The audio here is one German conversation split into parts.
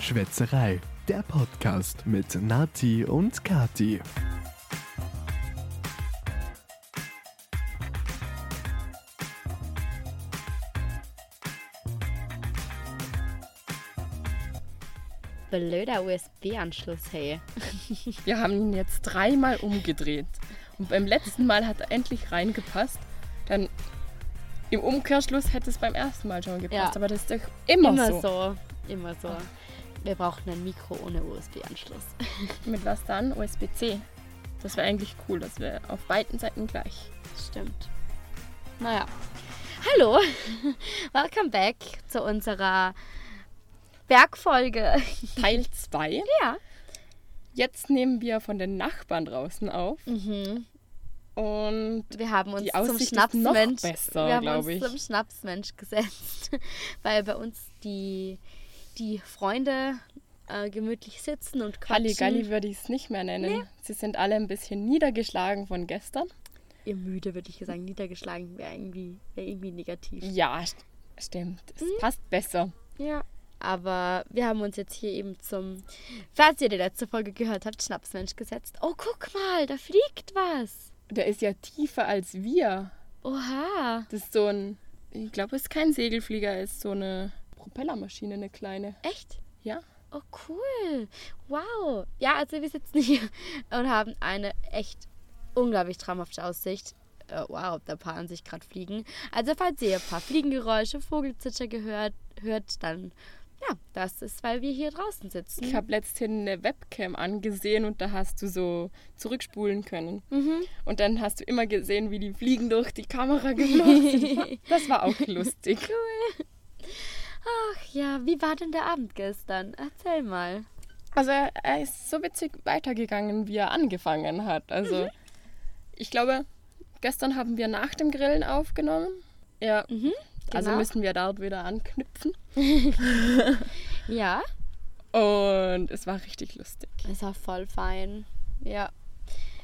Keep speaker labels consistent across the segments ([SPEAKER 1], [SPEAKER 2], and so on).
[SPEAKER 1] Schwätzerei, der Podcast mit Nati und Kati.
[SPEAKER 2] Blöder USB-Anschluss, hey.
[SPEAKER 3] Wir haben ihn jetzt dreimal umgedreht. Und beim letzten Mal hat er endlich reingepasst. Dann im Umkehrschluss hätte es beim ersten Mal schon gepasst.
[SPEAKER 2] Ja.
[SPEAKER 3] Aber das ist doch immer,
[SPEAKER 2] immer
[SPEAKER 3] so.
[SPEAKER 2] so. Immer so. Wir brauchen ein Mikro ohne USB-Anschluss.
[SPEAKER 3] Mit was dann? USB-C. Das wäre eigentlich cool, das wäre auf beiden Seiten gleich.
[SPEAKER 2] Stimmt. Naja. Hallo. Welcome back zu unserer Bergfolge.
[SPEAKER 3] Teil 2.
[SPEAKER 2] Ja.
[SPEAKER 3] Jetzt nehmen wir von den Nachbarn draußen auf.
[SPEAKER 2] Mhm.
[SPEAKER 3] Und
[SPEAKER 2] Wir haben uns
[SPEAKER 3] Die
[SPEAKER 2] zum
[SPEAKER 3] Aussicht ist
[SPEAKER 2] Schnapsmensch.
[SPEAKER 3] noch besser,
[SPEAKER 2] wir haben
[SPEAKER 3] glaub
[SPEAKER 2] uns
[SPEAKER 3] ich.
[SPEAKER 2] zum Schnapsmensch gesetzt. Weil bei uns die, die Freunde äh, gemütlich sitzen und quatschen.
[SPEAKER 3] Halligalli würde ich es nicht mehr nennen. Sie sind alle ein bisschen niedergeschlagen von gestern.
[SPEAKER 2] ihr müde, würde ich sagen. Niedergeschlagen wäre irgendwie, wär irgendwie negativ.
[SPEAKER 3] Ja, st- stimmt. Es
[SPEAKER 2] Mhm.
[SPEAKER 3] passt besser.
[SPEAKER 2] Ja. Aber wir haben uns jetzt hier eben zum, falls ihr die letzte Folge gehört habt, Schnapsmensch gesetzt. Oh, guck mal, da fliegt was.
[SPEAKER 3] Der ist ja tiefer als wir.
[SPEAKER 2] Oha.
[SPEAKER 3] Das ist so ein, ich glaube, es ist kein Segelflieger, es ist so eine Propellermaschine, eine kleine.
[SPEAKER 2] Echt?
[SPEAKER 3] Ja.
[SPEAKER 2] Oh, cool. Wow. Ja, also wir sitzen hier und haben eine echt unglaublich traumhafte Aussicht. Äh, wow, da paaren sich gerade Fliegen. Also falls ihr ein paar Fliegengeräusche, Vogelzitscher gehört, hört, dann ja, das ist, weil wir hier draußen sitzen.
[SPEAKER 3] Ich habe letzthin eine Webcam angesehen und da hast du so zurückspulen können. Und dann hast du immer gesehen, wie die Fliegen durch die Kamera geflogen sind. Das war auch lustig.
[SPEAKER 2] Ach ja, wie war denn der Abend gestern? Erzähl mal.
[SPEAKER 3] Also er, er ist so witzig weitergegangen, wie er angefangen hat. Also ich glaube, gestern haben wir nach dem Grillen aufgenommen. Ja. Also
[SPEAKER 2] genau.
[SPEAKER 3] müssen wir dort wieder anknüpfen.
[SPEAKER 2] Ja,
[SPEAKER 3] Und es war richtig lustig.
[SPEAKER 2] es war voll fein. Ja.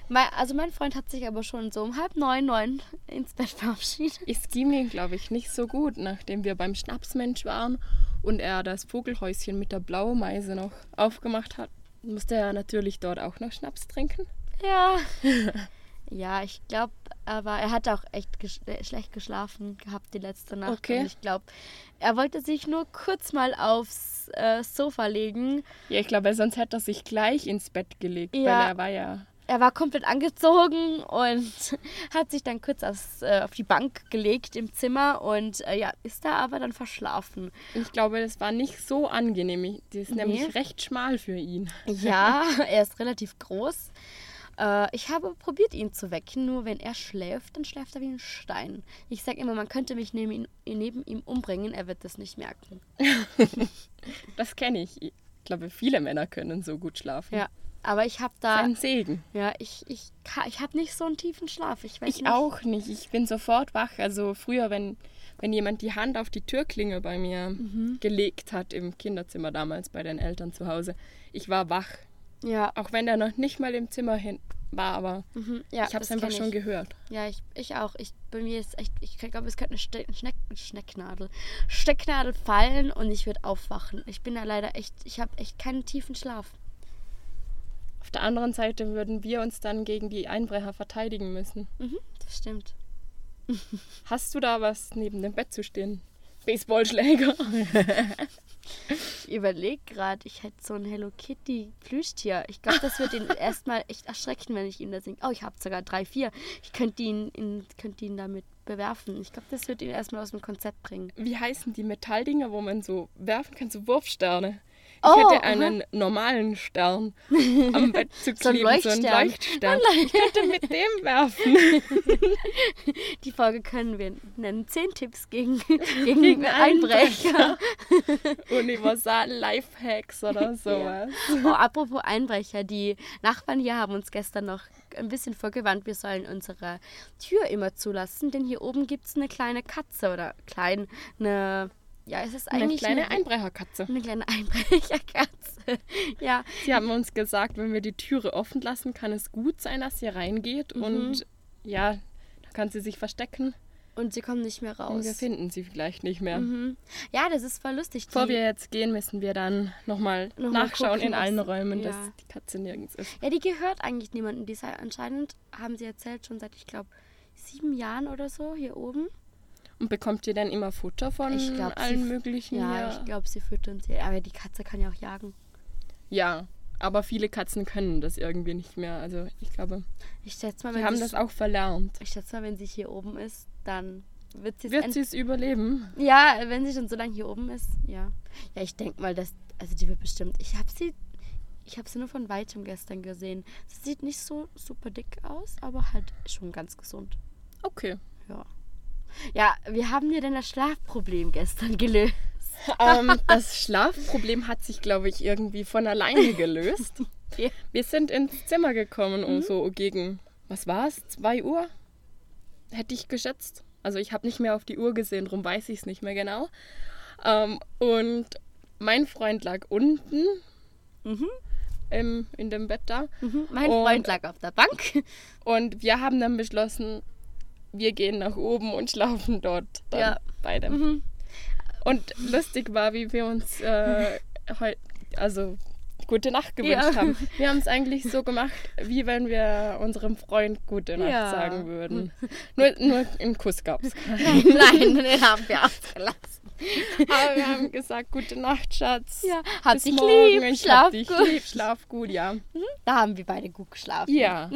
[SPEAKER 2] Mein, also mein Freund hat sich aber schon so um halb neun, neun ins Bett verabschiedet.
[SPEAKER 3] Es ging ihm, glaube ich, nicht so gut, nachdem wir beim Schnapsmensch waren und er das Vogelhäuschen mit der Blaumeise noch aufgemacht hat. Musste er natürlich dort auch noch Schnaps trinken.
[SPEAKER 2] Ja. ja, ich glaube, aber er hat auch echt gesch äh, schlecht geschlafen gehabt die letzte Nacht.
[SPEAKER 3] Okay.
[SPEAKER 2] Und ich glaube, er wollte sich nur kurz mal aufs äh, Sofa legen.
[SPEAKER 3] Ja, ich glaube, sonst hätte er sich gleich ins Bett gelegt,
[SPEAKER 2] Ja.
[SPEAKER 3] weil er war ja
[SPEAKER 2] Er war komplett angezogen und hat sich dann kurz aufs, äh, auf die Bank gelegt im Zimmer und äh, ja, ist da aber dann verschlafen.
[SPEAKER 3] Ich glaube, das war nicht so angenehm. Die ist nämlich recht schmal für ihn.
[SPEAKER 2] Ja, er ist relativ groß. Äh, ich habe probiert, ihn zu wecken, nur wenn er schläft, dann schläft er wie ein Stein. Ich sage immer, man könnte mich neben, ihn, neben ihm umbringen, er wird das nicht merken.
[SPEAKER 3] Das kenne ich. Ich glaube, viele Männer können so gut schlafen.
[SPEAKER 2] Ja, aber ich habe da,
[SPEAKER 3] Ein Segen.
[SPEAKER 2] ja, ich, ich, ka- ich habe nicht so einen tiefen Schlaf. Ich weiß
[SPEAKER 3] Ich
[SPEAKER 2] nicht.
[SPEAKER 3] auch nicht. Ich bin sofort wach. Also früher, wenn, wenn jemand die Hand auf die Türklinge bei mir
[SPEAKER 2] Mhm.
[SPEAKER 3] gelegt hat, im Kinderzimmer damals bei den Eltern zu Hause, ich war wach.
[SPEAKER 2] Ja,
[SPEAKER 3] Auch wenn er noch nicht mal im Zimmer hin war, aber
[SPEAKER 2] mhm, ja
[SPEAKER 3] ich habe es
[SPEAKER 2] das
[SPEAKER 3] einfach
[SPEAKER 2] kenn
[SPEAKER 3] schon
[SPEAKER 2] ich.
[SPEAKER 3] gehört.
[SPEAKER 2] Ja, ich, ich auch. Ich, bei mir ist echt, ich glaube, es könnte eine Ste Schneck Schnecknadel, Stecknadel fallen und ich würde aufwachen. Ich bin da leider echt, ich habe echt keinen tiefen Schlaf.
[SPEAKER 3] Auf der anderen Seite würden wir uns dann gegen die Einbrecher verteidigen müssen.
[SPEAKER 2] Mhm, das stimmt.
[SPEAKER 3] Hast du da was neben dem Bett zu stehen? Baseballschläger.
[SPEAKER 2] Ich überlege gerade, ich hätte so ein Hello Kitty Plüschtier. Ich glaube, das wird ihn erstmal echt erschrecken, wenn ich ihn da singe. Oh, ich habe sogar drei, vier. Ich könnte ihn, ihn, könnte ihn damit bewerfen. Ich glaube, das wird ihn erstmal aus dem Konzept bringen.
[SPEAKER 3] wie heißen die Metalldinger, wo man so werfen kann, so Wurfsterne. Ich
[SPEAKER 2] Oh, aha.
[SPEAKER 3] hätte einen normalen Stern am Bett zu
[SPEAKER 2] So ein
[SPEAKER 3] kleben, so einen
[SPEAKER 2] Leuchtstern.
[SPEAKER 3] Leuchtstern. Ich könnte mit dem werfen.
[SPEAKER 2] Die Folge können wir nennen. Zehn Tipps gegen, gegen, Einbrecher.
[SPEAKER 3] Universal Lifehacks oder sowas.
[SPEAKER 2] Oh, apropos Einbrecher. Die Nachbarn hier haben uns gestern noch ein bisschen vorgewarnt, wir sollen unsere Tür immer zulassen, denn hier oben gibt es eine kleine Katze oder klein, eine... Ja, es ist
[SPEAKER 3] Eine
[SPEAKER 2] eigentlich
[SPEAKER 3] kleine Einbrecherkatze.
[SPEAKER 2] Eine kleine Einbrecherkatze. Ja,
[SPEAKER 3] Sie haben uns gesagt, wenn wir die Türe offen
[SPEAKER 2] Mhm.
[SPEAKER 3] lassen, kann es gut sein, dass sie reingeht und ja, da kann sie sich verstecken.
[SPEAKER 2] Und sie kommen nicht mehr
[SPEAKER 3] Und
[SPEAKER 2] raus.
[SPEAKER 3] wir finden sie vielleicht nicht mehr.
[SPEAKER 2] Mhm. Ja, das ist voll lustig.
[SPEAKER 3] Bevor
[SPEAKER 2] die,
[SPEAKER 3] wir jetzt gehen, müssen wir dann nochmal
[SPEAKER 2] Noch mal
[SPEAKER 3] nachschauen
[SPEAKER 2] gucken,
[SPEAKER 3] in allen
[SPEAKER 2] ob's-
[SPEAKER 3] Räumen,
[SPEAKER 2] ja.
[SPEAKER 3] dass die Katze nirgends ist.
[SPEAKER 2] ja, die gehört eigentlich niemandem. Die ist ja anscheinend, haben sie erzählt, schon seit, ich glaube, sieben Jahren oder so hier oben.
[SPEAKER 3] Und bekommt ihr dann immer Futter von
[SPEAKER 2] Ich glaub, sie-
[SPEAKER 3] allen möglichen?
[SPEAKER 2] Ja, ich glaube, sie füttern sie. Aber die Katze kann ja auch jagen.
[SPEAKER 3] ja, aber viele Katzen können das irgendwie nicht mehr. Also ich glaube,
[SPEAKER 2] Ich schätze mal,
[SPEAKER 3] wir
[SPEAKER 2] wenn
[SPEAKER 3] haben
[SPEAKER 2] sie-
[SPEAKER 3] das auch verlernt.
[SPEAKER 2] ich schätze mal, wenn sie hier oben ist, dann wird sie
[SPEAKER 3] Wird sie es überleben?
[SPEAKER 2] Ja, wenn sie schon so lange hier oben ist, ja. Ja, ich denke mal, dass. Also die wird bestimmt. Ich habe sie. Ich habe sie nur von weitem gestern gesehen. Sie sieht nicht so super dick aus, aber halt schon ganz gesund.
[SPEAKER 3] Okay.
[SPEAKER 2] Ja. Ja, wir haben dir denn das Schlafproblem gestern gelöst.
[SPEAKER 3] ähm, das Schlafproblem hat sich, glaube ich, irgendwie von alleine gelöst.
[SPEAKER 2] Ja. Mhm.
[SPEAKER 3] Wir sind ins Zimmer gekommen um so gegen, was war es, 2 Uhr? Hätte ich geschätzt. Also ich habe nicht mehr auf die Uhr gesehen, darum weiß ich es nicht mehr genau. Ähm, und mein Freund lag unten
[SPEAKER 2] Mhm.
[SPEAKER 3] im, in dem Bett da.
[SPEAKER 2] Mein
[SPEAKER 3] Und-
[SPEAKER 2] Freund lag auf der Bank.
[SPEAKER 3] Und wir haben dann beschlossen, wir gehen nach oben und schlafen dort dann
[SPEAKER 2] Ja. Mhm.
[SPEAKER 3] beide. Und lustig war, wie wir uns äh, heu- also gute Nacht gewünscht
[SPEAKER 2] Ja.
[SPEAKER 3] haben. Wir haben es eigentlich so gemacht, wie wenn wir unserem Freund gute Nacht
[SPEAKER 2] Ja.
[SPEAKER 3] sagen würden. Nur, nur einen Kuss gab es.
[SPEAKER 2] Nein, den haben wir ausgelassen.
[SPEAKER 3] Aber wir haben gesagt, gute Nacht, Schatz.
[SPEAKER 2] Ja, hab
[SPEAKER 3] Bis
[SPEAKER 2] dich
[SPEAKER 3] morgen.
[SPEAKER 2] lieb,
[SPEAKER 3] Ich
[SPEAKER 2] schlaf
[SPEAKER 3] hab dich
[SPEAKER 2] gut.
[SPEAKER 3] lieb, schlaf gut, ja.
[SPEAKER 2] Da haben wir beide gut geschlafen.
[SPEAKER 3] Ja,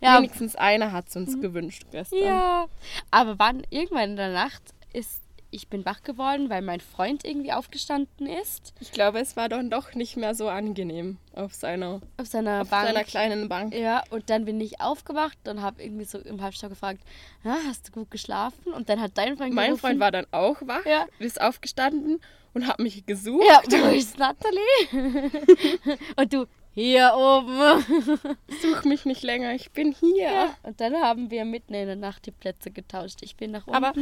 [SPEAKER 2] Ja,
[SPEAKER 3] wenigstens einer hat es uns gewünscht gestern.
[SPEAKER 2] Ja. Aber wann, irgendwann in der Nacht ist, ich bin wach geworden, weil mein Freund irgendwie aufgestanden ist.
[SPEAKER 3] Ich glaube, es war dann doch nicht mehr so angenehm auf seiner,
[SPEAKER 2] Auf seiner
[SPEAKER 3] auf
[SPEAKER 2] Bank.
[SPEAKER 3] seiner kleinen Bank.
[SPEAKER 2] ja, und dann bin ich aufgewacht und habe irgendwie so im Halbstau gefragt, Na, hast du gut geschlafen? Und dann hat dein Freund
[SPEAKER 3] Mein
[SPEAKER 2] gerufen,
[SPEAKER 3] Freund war dann auch wach,
[SPEAKER 2] Ja.
[SPEAKER 3] ist aufgestanden und hat mich gesucht.
[SPEAKER 2] Ja, wo ist Natalie? und du, hier oben.
[SPEAKER 3] Such mich nicht länger, ich bin hier.
[SPEAKER 2] Und dann haben wir mitten in der Nacht die Plätze getauscht. Ich bin nach unten.
[SPEAKER 3] Aber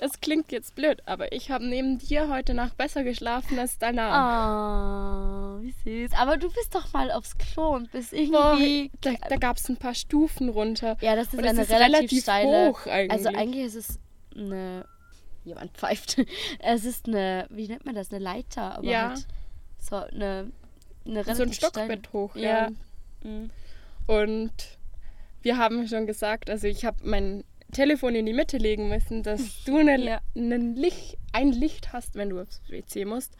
[SPEAKER 3] das klingt jetzt blöd, aber ich habe neben dir heute Nacht besser geschlafen als danach.
[SPEAKER 2] Ah, wie süß. Aber du bist doch mal aufs Klo und bist
[SPEAKER 3] Boah,
[SPEAKER 2] irgendwie
[SPEAKER 3] da da gab es ein paar Stufen runter.
[SPEAKER 2] Ja, das ist
[SPEAKER 3] Und es
[SPEAKER 2] eine
[SPEAKER 3] ist
[SPEAKER 2] relativ,
[SPEAKER 3] relativ
[SPEAKER 2] steile.
[SPEAKER 3] hoch eigentlich.
[SPEAKER 2] Also eigentlich ist es eine. Jemand pfeift. Es ist eine. Wie nennt man das? Eine Leiter. Aber
[SPEAKER 3] Ja.
[SPEAKER 2] halt so eine. eine relativ
[SPEAKER 3] so ein
[SPEAKER 2] steile-
[SPEAKER 3] Stockbett hoch.
[SPEAKER 2] Ja.
[SPEAKER 3] Ja.
[SPEAKER 2] Mhm.
[SPEAKER 3] Und wir haben schon gesagt, also ich habe mein Telefon in die Mitte legen müssen, dass du ne,
[SPEAKER 2] Ja.
[SPEAKER 3] nen Licht, ein Licht hast, wenn du aufs WC musst.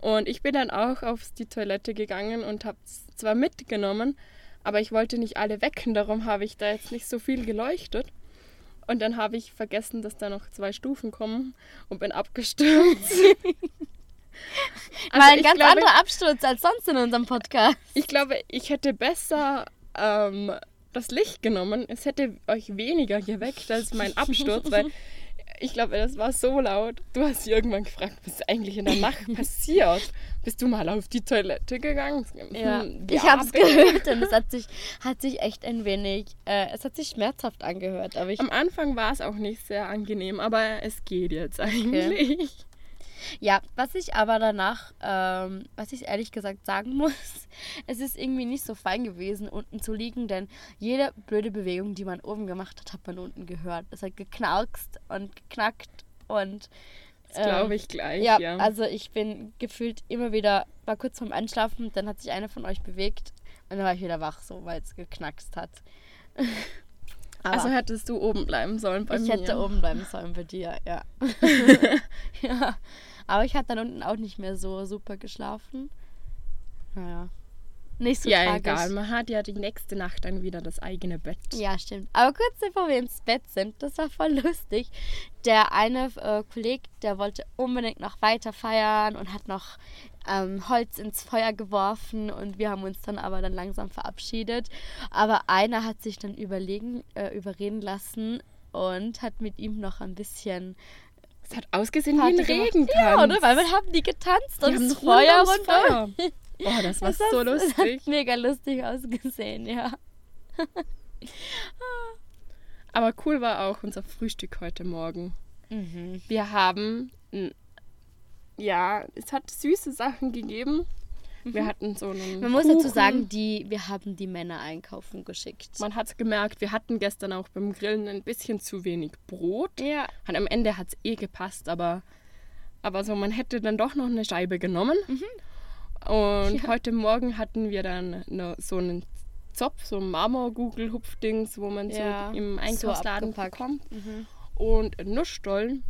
[SPEAKER 3] Und ich bin dann auch auf die Toilette gegangen und habe es zwar mitgenommen, aber ich wollte nicht alle wecken, darum habe ich da jetzt nicht so viel geleuchtet. Und dann habe ich vergessen, dass da noch zwei Stufen kommen und bin abgestürzt.
[SPEAKER 2] Mal ein
[SPEAKER 3] Also ich
[SPEAKER 2] ganz
[SPEAKER 3] glaube-
[SPEAKER 2] anderer Absturz als sonst in unserem Podcast.
[SPEAKER 3] Ich glaube, ich hätte besser ähm, das Licht genommen. Es hätte euch weniger geweckt als mein Absturz, weil ich glaube, das war so laut. Du hast sie irgendwann gefragt, was ist eigentlich in der Nacht passiert? Bist du mal auf die Toilette gegangen? Hm,
[SPEAKER 2] Ich hab's gehört und es hat sich, hat sich echt ein wenig. Äh, es hat sich schmerzhaft angehört. Aber ich.
[SPEAKER 3] Am Anfang war es auch nicht sehr angenehm, aber es geht jetzt eigentlich.
[SPEAKER 2] Ja, was ich aber danach, ähm, was ich ehrlich gesagt sagen muss, es ist irgendwie nicht so fein gewesen, unten zu liegen, denn jede blöde Bewegung, die man oben gemacht hat, hat man unten gehört. Es hat geknackst und geknackt und.
[SPEAKER 3] Das glaube ich gleich,
[SPEAKER 2] Ähm, Ja,
[SPEAKER 3] ja.
[SPEAKER 2] also ich bin gefühlt immer wieder, war kurz vorm Einschlafen, dann hat sich einer von euch bewegt und dann war ich wieder wach, so weil es geknackst hat. Aber
[SPEAKER 3] Also hättest du oben bleiben sollen bei
[SPEAKER 2] ich
[SPEAKER 3] mir.
[SPEAKER 2] hätte oben bleiben sollen bei dir, ja. ja. Aber ich hatte dann unten auch nicht mehr so super geschlafen. Naja. Nicht so
[SPEAKER 3] Ja,
[SPEAKER 2] tragisch.
[SPEAKER 3] egal. Man hat ja die nächste Nacht dann wieder das eigene Bett.
[SPEAKER 2] Ja, stimmt. Aber kurz bevor wir ins Bett sind, das war voll lustig. Der eine äh, Kollege, der wollte unbedingt noch weiter feiern und hat noch ähm, Holz ins Feuer geworfen und wir haben uns dann aber dann langsam verabschiedet. Aber einer hat sich dann überlegen, äh, überreden lassen und hat mit ihm noch ein bisschen
[SPEAKER 3] Es hat ausgesehen wie ein
[SPEAKER 2] Party gemacht.
[SPEAKER 3] Regentanz.
[SPEAKER 2] Ja, oder? Weil wir haben die getanzt
[SPEAKER 3] Die
[SPEAKER 2] und
[SPEAKER 3] haben
[SPEAKER 2] das
[SPEAKER 3] noch
[SPEAKER 2] Feuer
[SPEAKER 3] ums
[SPEAKER 2] runter.
[SPEAKER 3] Feuer. Boah, das war
[SPEAKER 2] Das
[SPEAKER 3] so
[SPEAKER 2] hat- das
[SPEAKER 3] lustig.
[SPEAKER 2] Hat mega lustig ausgesehen, ja.
[SPEAKER 3] Aber cool war auch unser Frühstück heute Morgen.
[SPEAKER 2] Mhm.
[SPEAKER 3] Wir haben, n- ja, es hat süße Sachen gegeben. Wir hatten so einen.
[SPEAKER 2] Mhm. Man muss dazu
[SPEAKER 3] Kuchen.
[SPEAKER 2] sagen, die, wir haben die Männer einkaufen geschickt.
[SPEAKER 3] Man hat es gemerkt, wir hatten gestern auch beim Grillen ein bisschen zu wenig Brot.
[SPEAKER 2] ja.
[SPEAKER 3] Und am Ende hat es eh gepasst, aber, aber so, man hätte dann doch noch eine Scheibe genommen.
[SPEAKER 2] Mhm.
[SPEAKER 3] Und heute Morgen hatten wir dann ne- so einen Zopf, so ein Marmor-Google-Hupfdings, wo man
[SPEAKER 2] Ja,
[SPEAKER 3] so im
[SPEAKER 2] so
[SPEAKER 3] Einkaufsladen
[SPEAKER 2] abgepackt. Mhm.
[SPEAKER 3] bekommt. Und einen Nussstollen.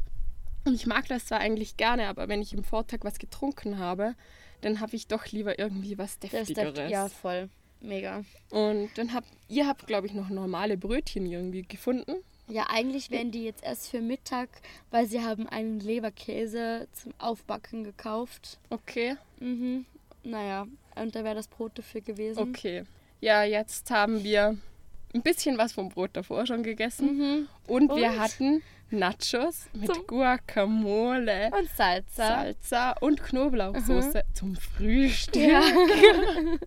[SPEAKER 3] Und ich mag das zwar eigentlich gerne, aber wenn ich im Vortag was getrunken habe, dann habe ich doch lieber irgendwie was
[SPEAKER 2] Das
[SPEAKER 3] Deftigeres.
[SPEAKER 2] ist ja voll. Mega.
[SPEAKER 3] Und dann habt ihr habt, glaube ich, noch normale Brötchen irgendwie gefunden.
[SPEAKER 2] Ja, eigentlich wären die jetzt erst für Mittag, weil sie haben einen Leberkäse zum Aufbacken gekauft.
[SPEAKER 3] Okay.
[SPEAKER 2] Mhm. Naja, und da wäre das Brot dafür gewesen.
[SPEAKER 3] Okay. Ja, jetzt haben wir ein bisschen was vom Brot davor schon gegessen. Und, wir
[SPEAKER 2] Mhm. Und?
[SPEAKER 3] hatten Nachos mit
[SPEAKER 2] Zum-
[SPEAKER 3] Guacamole,
[SPEAKER 2] Und Salsa. Mhm.
[SPEAKER 3] Salsa und Knoblauchsoße zum Frühstück.
[SPEAKER 2] Ja.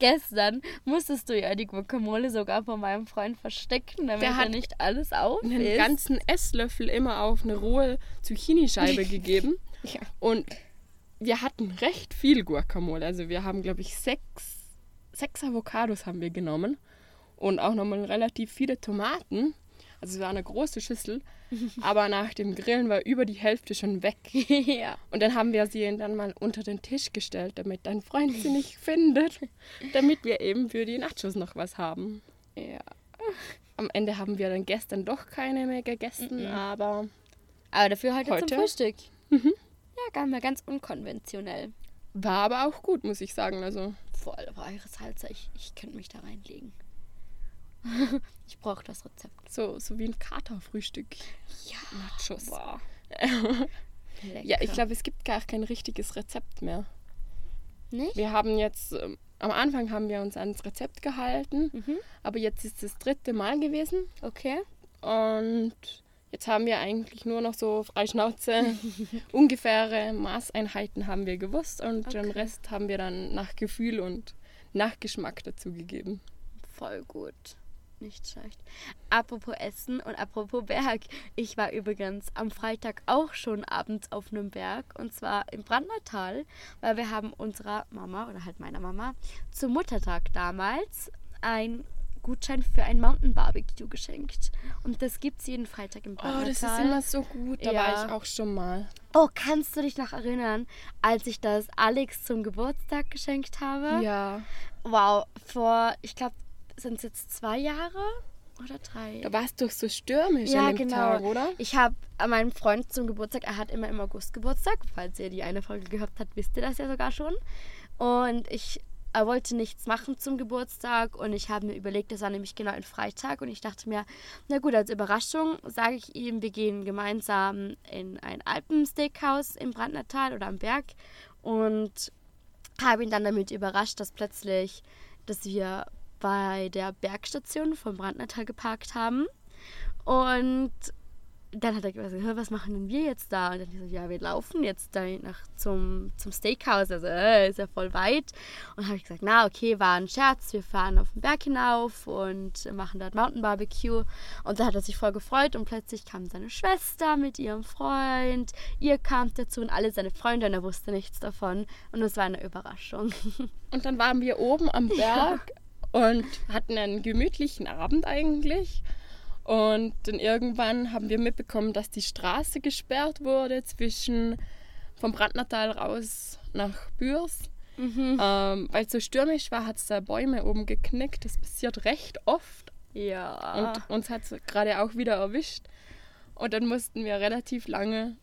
[SPEAKER 2] Gestern musstest du ja die Guacamole sogar von meinem Freund verstecken, damit
[SPEAKER 3] Der
[SPEAKER 2] er
[SPEAKER 3] hat
[SPEAKER 2] nicht alles auf
[SPEAKER 3] Einen
[SPEAKER 2] ist.
[SPEAKER 3] ganzen Esslöffel immer auf eine rohe Zucchini-Scheibe gegeben.
[SPEAKER 2] Ja.
[SPEAKER 3] Und wir hatten recht viel Guacamole. Also wir haben, glaube ich, sechs, sechs Avocados haben wir genommen und auch nochmal relativ viele Tomaten. Also es war eine große Schüssel, aber nach dem Grillen war über die Hälfte schon weg.
[SPEAKER 2] ja.
[SPEAKER 3] Und dann haben wir sie dann mal unter den Tisch gestellt, damit dein Freund sie nicht findet, damit wir eben für die Nachos noch was haben.
[SPEAKER 2] ja.
[SPEAKER 3] Am Ende haben wir dann gestern doch keine mehr gegessen, aber
[SPEAKER 2] Aber dafür heute,
[SPEAKER 3] Heute? Mhm.
[SPEAKER 2] zum Frühstück. Ja, gar mal ganz unkonventionell.
[SPEAKER 3] war aber auch gut, muss ich sagen. Also
[SPEAKER 2] Voll, aber eure Salsa, ich, ich könnte mich da reinlegen. ich brauche das Rezept.
[SPEAKER 3] so, so wie ein Katerfrühstück.
[SPEAKER 2] Ja.
[SPEAKER 3] Nachos.
[SPEAKER 2] Boah. Lecker.
[SPEAKER 3] Ja, ich glaube, es gibt gar kein richtiges Rezept mehr.
[SPEAKER 2] Nicht?
[SPEAKER 3] Wir haben jetzt, ähm, am Anfang haben wir uns ans Rezept gehalten, aber jetzt ist das dritte Mal gewesen
[SPEAKER 2] Okay.
[SPEAKER 3] und jetzt haben wir eigentlich nur noch so frei Schnauze, ungefähre Maßeinheiten haben wir gewusst und den
[SPEAKER 2] Okay.
[SPEAKER 3] Rest haben wir dann nach Gefühl und nach Geschmack dazu gegeben.
[SPEAKER 2] Voll gut. Nicht schlecht. Apropos Essen und apropos Berg. Ich war übrigens am Freitag auch schon abends auf einem Berg und zwar im Brandnertal, weil wir haben unserer Mama oder halt meiner Mama zum Muttertag damals einen Gutschein für ein Mountain Barbecue geschenkt. Und das gibt es jeden Freitag im
[SPEAKER 3] Oh,
[SPEAKER 2] Brandnertal.
[SPEAKER 3] das ist immer so gut, da
[SPEAKER 2] Ja.
[SPEAKER 3] war ich auch schon mal.
[SPEAKER 2] Oh, kannst du dich noch erinnern, als ich das Alex zum Geburtstag geschenkt habe?
[SPEAKER 3] Ja.
[SPEAKER 2] Wow, vor, ich glaube, sind es jetzt zwei Jahre oder drei?
[SPEAKER 3] Da war es doch so stürmisch an dem Tag, oder?
[SPEAKER 2] genau. Ich habe meinem Freund zum Geburtstag, er hat immer im August Geburtstag. Falls ihr die eine Folge gehört habt, wisst ihr das ja sogar schon. Und ich er wollte nichts machen zum Geburtstag und ich habe mir überlegt, das war nämlich genau ein Freitag und ich dachte mir, na gut, als Überraschung sage ich ihm, wir gehen gemeinsam in ein Alpensteakhouse im Brandnertal oder am Berg und habe ihn dann damit überrascht, dass plötzlich, dass wir bei der Bergstation vom Brandnertal geparkt haben. Und dann hat er gesagt, "Hä, was machen denn wir jetzt da? Und dann ich so, ja, wir laufen jetzt da nach zum, zum Steakhouse, also äh, ist ja voll weit. Und habe ich gesagt, na okay, war ein Scherz, wir fahren auf den Berg hinauf und machen dort Mountain Barbecue. Und da hat er sich voll gefreut und plötzlich kam seine Schwester mit ihrem Freund, ihr kamt dazu und alle seine Freunde und er wusste nichts davon. Und es war eine Überraschung.
[SPEAKER 3] Und dann waren wir oben am Berg und hatten einen gemütlichen Abend eigentlich. Und dann irgendwann haben wir mitbekommen, dass die Straße gesperrt wurde zwischen vom Brandnertal raus nach Bürs. Ähm, Weil es so stürmisch war, hat es da Bäume oben geknickt. Das passiert recht oft.
[SPEAKER 2] Ja.
[SPEAKER 3] Und
[SPEAKER 2] Ah.
[SPEAKER 3] uns hat es gerade auch wieder erwischt. Und dann mussten wir relativ lange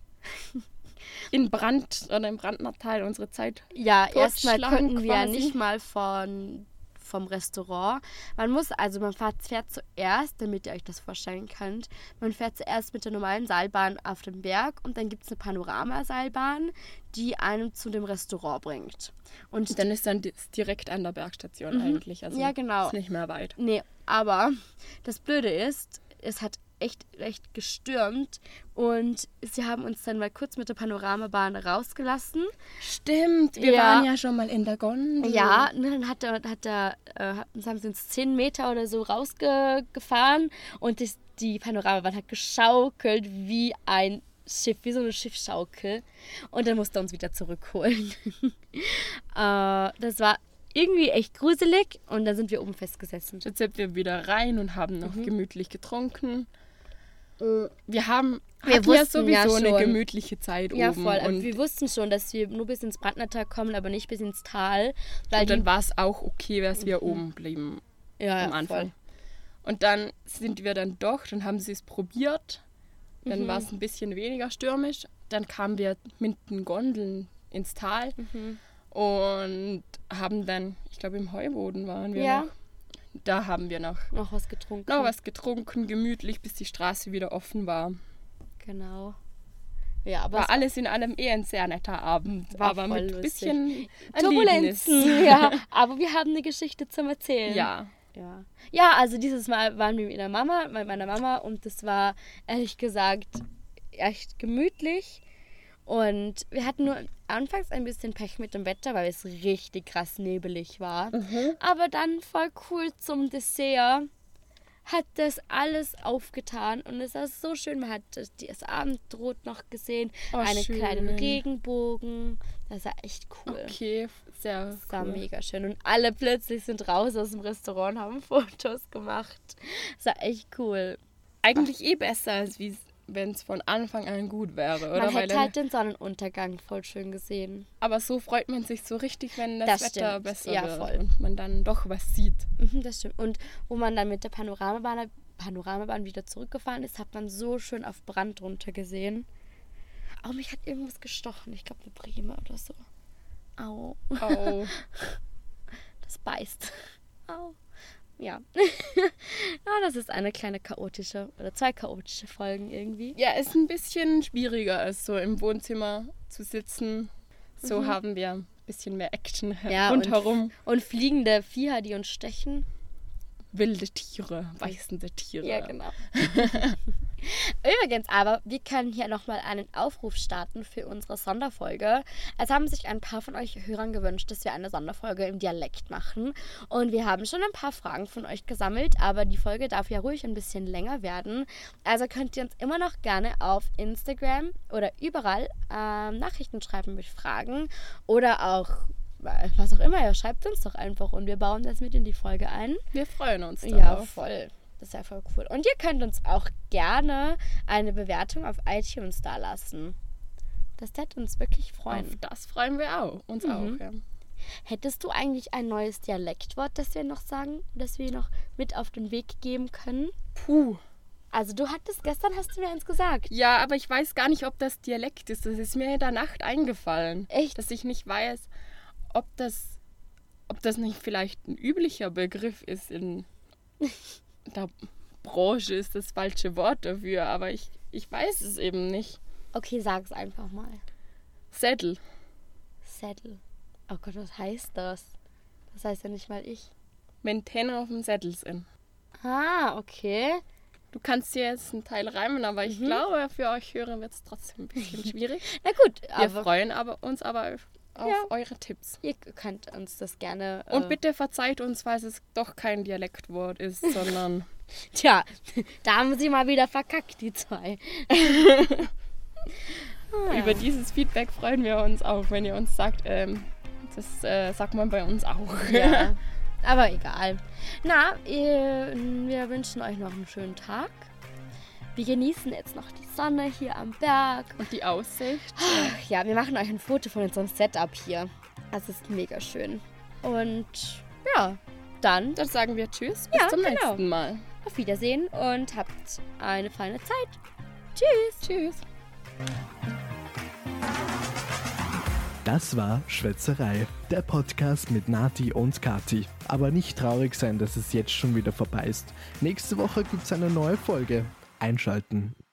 [SPEAKER 3] in Brand oder im Brandnertal unsere Zeit
[SPEAKER 2] Ja, erstmal
[SPEAKER 3] Totschlagen
[SPEAKER 2] konnten wir ja
[SPEAKER 3] quasi.
[SPEAKER 2] nicht mal von, vom Restaurant. Man muss, also man fährt, fährt zuerst, damit ihr euch das vorstellen könnt, man fährt zuerst mit der normalen Seilbahn auf den Berg und dann gibt es eine Panoramaseilbahn, die einem zu dem Restaurant bringt. Und
[SPEAKER 3] Dann ist dann di- ist direkt an der Bergstation eigentlich. Also
[SPEAKER 2] Mhm. Ja, genau.
[SPEAKER 3] Ist nicht mehr weit.
[SPEAKER 2] Nee, aber das Blöde ist, es hat echt, echt gestürmt und sie haben uns dann mal kurz mit der Panoramabahn rausgelassen.
[SPEAKER 3] Stimmt,
[SPEAKER 2] wir waren ja
[SPEAKER 3] schon mal in der Gondel.
[SPEAKER 2] Ja, ne, dann hat er, hat er äh, hat- dann haben sie uns 10 Meter oder so rausgefahren und das, die Panoramawand hat geschaukelt wie ein Schiff, wie so eine Schiffschaukel. Und dann musste er uns wieder zurückholen. äh, das war irgendwie echt gruselig und dann sind wir oben festgesessen.
[SPEAKER 3] Jetzt sind wir wieder rein und haben
[SPEAKER 2] Mhm.
[SPEAKER 3] noch gemütlich getrunken. Wir haben
[SPEAKER 2] Äh, Wir
[SPEAKER 3] hatten ja
[SPEAKER 2] wussten ja
[SPEAKER 3] sowieso eine
[SPEAKER 2] schon.
[SPEAKER 3] gemütliche Zeit
[SPEAKER 2] Ja,
[SPEAKER 3] oben.
[SPEAKER 2] voll.
[SPEAKER 3] Und,
[SPEAKER 2] Und wir wussten schon, dass wir nur bis ins Brandnertal kommen, aber nicht bis ins Tal. Weil
[SPEAKER 3] und dann
[SPEAKER 2] die, Mhm.
[SPEAKER 3] war es auch okay, dass wir oben blieben
[SPEAKER 2] ja,
[SPEAKER 3] am
[SPEAKER 2] ja,
[SPEAKER 3] Anfang.
[SPEAKER 2] voll.
[SPEAKER 3] Und dann sind wir dann doch, dann haben sie es probiert.
[SPEAKER 2] Mhm.
[SPEAKER 3] Dann war es ein bisschen weniger stürmisch. Dann kamen wir mit den Gondeln ins Tal
[SPEAKER 2] Mhm.
[SPEAKER 3] und haben dann, ich glaube im Heuboden waren wir
[SPEAKER 2] Ja.
[SPEAKER 3] noch. Da haben wir noch,
[SPEAKER 2] Noch was getrunken.
[SPEAKER 3] noch was getrunken, gemütlich, bis die Straße wieder offen war.
[SPEAKER 2] Genau. Ja, aber
[SPEAKER 3] War alles in allem eh ein sehr netter Abend,
[SPEAKER 2] War
[SPEAKER 3] aber
[SPEAKER 2] voll
[SPEAKER 3] mit
[SPEAKER 2] lustig.
[SPEAKER 3] ein bisschen
[SPEAKER 2] es- Turbulenzen.
[SPEAKER 3] Erlebnis.
[SPEAKER 2] ja, aber wir haben eine Geschichte zum Erzählen.
[SPEAKER 3] Ja,
[SPEAKER 2] Ja. Ja, also dieses Mal waren wir mit meiner Mama, mit meiner Mama und das war ehrlich gesagt echt gemütlich. Und wir hatten nur anfangs ein bisschen Pech mit dem Wetter, weil es richtig krass nebelig war.
[SPEAKER 3] Mhm.
[SPEAKER 2] Aber dann voll cool zum Dessert hat das alles aufgetan und es war so schön. Man hat das, das Abendrot noch gesehen,
[SPEAKER 3] Oh,
[SPEAKER 2] einen
[SPEAKER 3] schön.
[SPEAKER 2] kleinen Regenbogen. Das war echt cool.
[SPEAKER 3] okay, sehr
[SPEAKER 2] Das war
[SPEAKER 3] cool.
[SPEAKER 2] mega schön. Und alle plötzlich sind raus aus dem Restaurant, haben Fotos gemacht. Das war echt cool.
[SPEAKER 3] Eigentlich eh besser, als wenn es von Anfang an gut wäre, oder?
[SPEAKER 2] man
[SPEAKER 3] Weil
[SPEAKER 2] hätte
[SPEAKER 3] dann,
[SPEAKER 2] halt den Sonnenuntergang voll schön gesehen.
[SPEAKER 3] aber so freut man sich so richtig, wenn das,
[SPEAKER 2] Das
[SPEAKER 3] Wetter
[SPEAKER 2] stimmt.
[SPEAKER 3] besser
[SPEAKER 2] Ja,
[SPEAKER 3] wird
[SPEAKER 2] voll.
[SPEAKER 3] und man dann doch was sieht.
[SPEAKER 2] Mhm, das stimmt. Und wo man dann mit der Panoramabahn, Panoramabahn wieder zurückgefahren ist, hat man so schön auf Brand runter gesehen. Aber mich hat irgendwas gestochen. Ich glaube, eine Breme oder so. Au,
[SPEAKER 3] Oh,
[SPEAKER 2] das beißt. Au. Ja. ja, das ist eine kleine chaotische oder zwei chaotische Folgen irgendwie.
[SPEAKER 3] ja, ist ein bisschen schwieriger, als so im Wohnzimmer zu sitzen. So haben wir ein bisschen mehr Action
[SPEAKER 2] Mhm. Ja, und-
[SPEAKER 3] rundherum.
[SPEAKER 2] Und fliegende Viecher, die uns stechen.
[SPEAKER 3] Wilde Tiere, beißende Tiere.
[SPEAKER 2] Ja, genau. Übrigens aber, wir können hier nochmal einen Aufruf starten für unsere Sonderfolge. Es haben sich ein paar von euch Hörern gewünscht, dass wir eine Sonderfolge im Dialekt machen. Und wir haben schon ein paar Fragen von euch gesammelt, aber die Folge darf ja ruhig ein bisschen länger werden. Also könnt ihr uns immer noch gerne auf Instagram oder überall ähm, Nachrichten schreiben mit Fragen oder auch äh, was auch immer. Ja, schreibt uns doch einfach und wir bauen das mit in die Folge ein.
[SPEAKER 3] Wir freuen uns darauf.
[SPEAKER 2] Ja, voll. Das ist ja voll cool. Und ihr könnt uns auch gerne eine Bewertung auf iTunes da lassen. Das hätte uns wirklich
[SPEAKER 3] Auf
[SPEAKER 2] freuen.
[SPEAKER 3] das freuen wir auch, uns
[SPEAKER 2] Mhm.
[SPEAKER 3] auch. Ja.
[SPEAKER 2] Hättest du eigentlich ein neues Dialektwort, das wir noch sagen, das wir noch mit auf den Weg geben können?
[SPEAKER 3] Puh.
[SPEAKER 2] Also du hattest gestern, hast du mir eins gesagt.
[SPEAKER 3] Ja, aber ich weiß gar nicht, ob das Dialekt ist. Das ist mir in der Nacht eingefallen.
[SPEAKER 2] Echt?
[SPEAKER 3] Dass ich nicht weiß, ob das, ob das nicht vielleicht ein üblicher Begriff ist in der Branche, ist das falsche Wort dafür, aber ich, ich weiß es eben nicht.
[SPEAKER 2] Okay, sag es einfach mal.
[SPEAKER 3] Sättel.
[SPEAKER 2] Saddle. Oh Gott, was heißt das? Das heißt ja nicht mal ich.
[SPEAKER 3] Wenn Tänne auf dem Sättel sind.
[SPEAKER 2] Ah, okay.
[SPEAKER 3] Du kannst dir jetzt einen Teil reimen, aber
[SPEAKER 2] Mhm.
[SPEAKER 3] ich glaube, für euch Hörer wird es trotzdem ein bisschen schwierig.
[SPEAKER 2] Na gut,
[SPEAKER 3] Wir
[SPEAKER 2] aber
[SPEAKER 3] freuen aber uns aber auf, auf
[SPEAKER 2] Ja.
[SPEAKER 3] eure Tipps.
[SPEAKER 2] ihr könnt uns das gerne.
[SPEAKER 3] Und
[SPEAKER 2] äh,
[SPEAKER 3] bitte verzeiht uns, falls es doch kein Dialektwort ist, sondern
[SPEAKER 2] Tja, da haben sie mal wieder verkackt, die zwei. Ah, ja.
[SPEAKER 3] über dieses Feedback freuen wir uns auch, wenn ihr uns sagt, ähm, das äh, sagt man bei uns auch.
[SPEAKER 2] ja. Aber egal. Na, ihr, wir wünschen euch noch einen schönen Tag. Wir genießen jetzt noch die Sonne hier am Berg.
[SPEAKER 3] Und die Aussicht.
[SPEAKER 2] Ach ja, wir machen euch ein Foto von unserem Setup hier. Es ist mega schön. Und ja, dann
[SPEAKER 3] Dann sagen wir Tschüss, bis
[SPEAKER 2] Ja,
[SPEAKER 3] zum
[SPEAKER 2] genau.
[SPEAKER 3] nächsten Mal.
[SPEAKER 2] auf Wiedersehen und habt eine feine Zeit. Tschüss.
[SPEAKER 3] Tschüss.
[SPEAKER 1] Das war Schwätzerei, der Podcast mit Nati und Kati. Aber nicht traurig sein, dass es jetzt schon wieder vorbei ist. Nächste Woche gibt's eine neue Folge. Einschalten.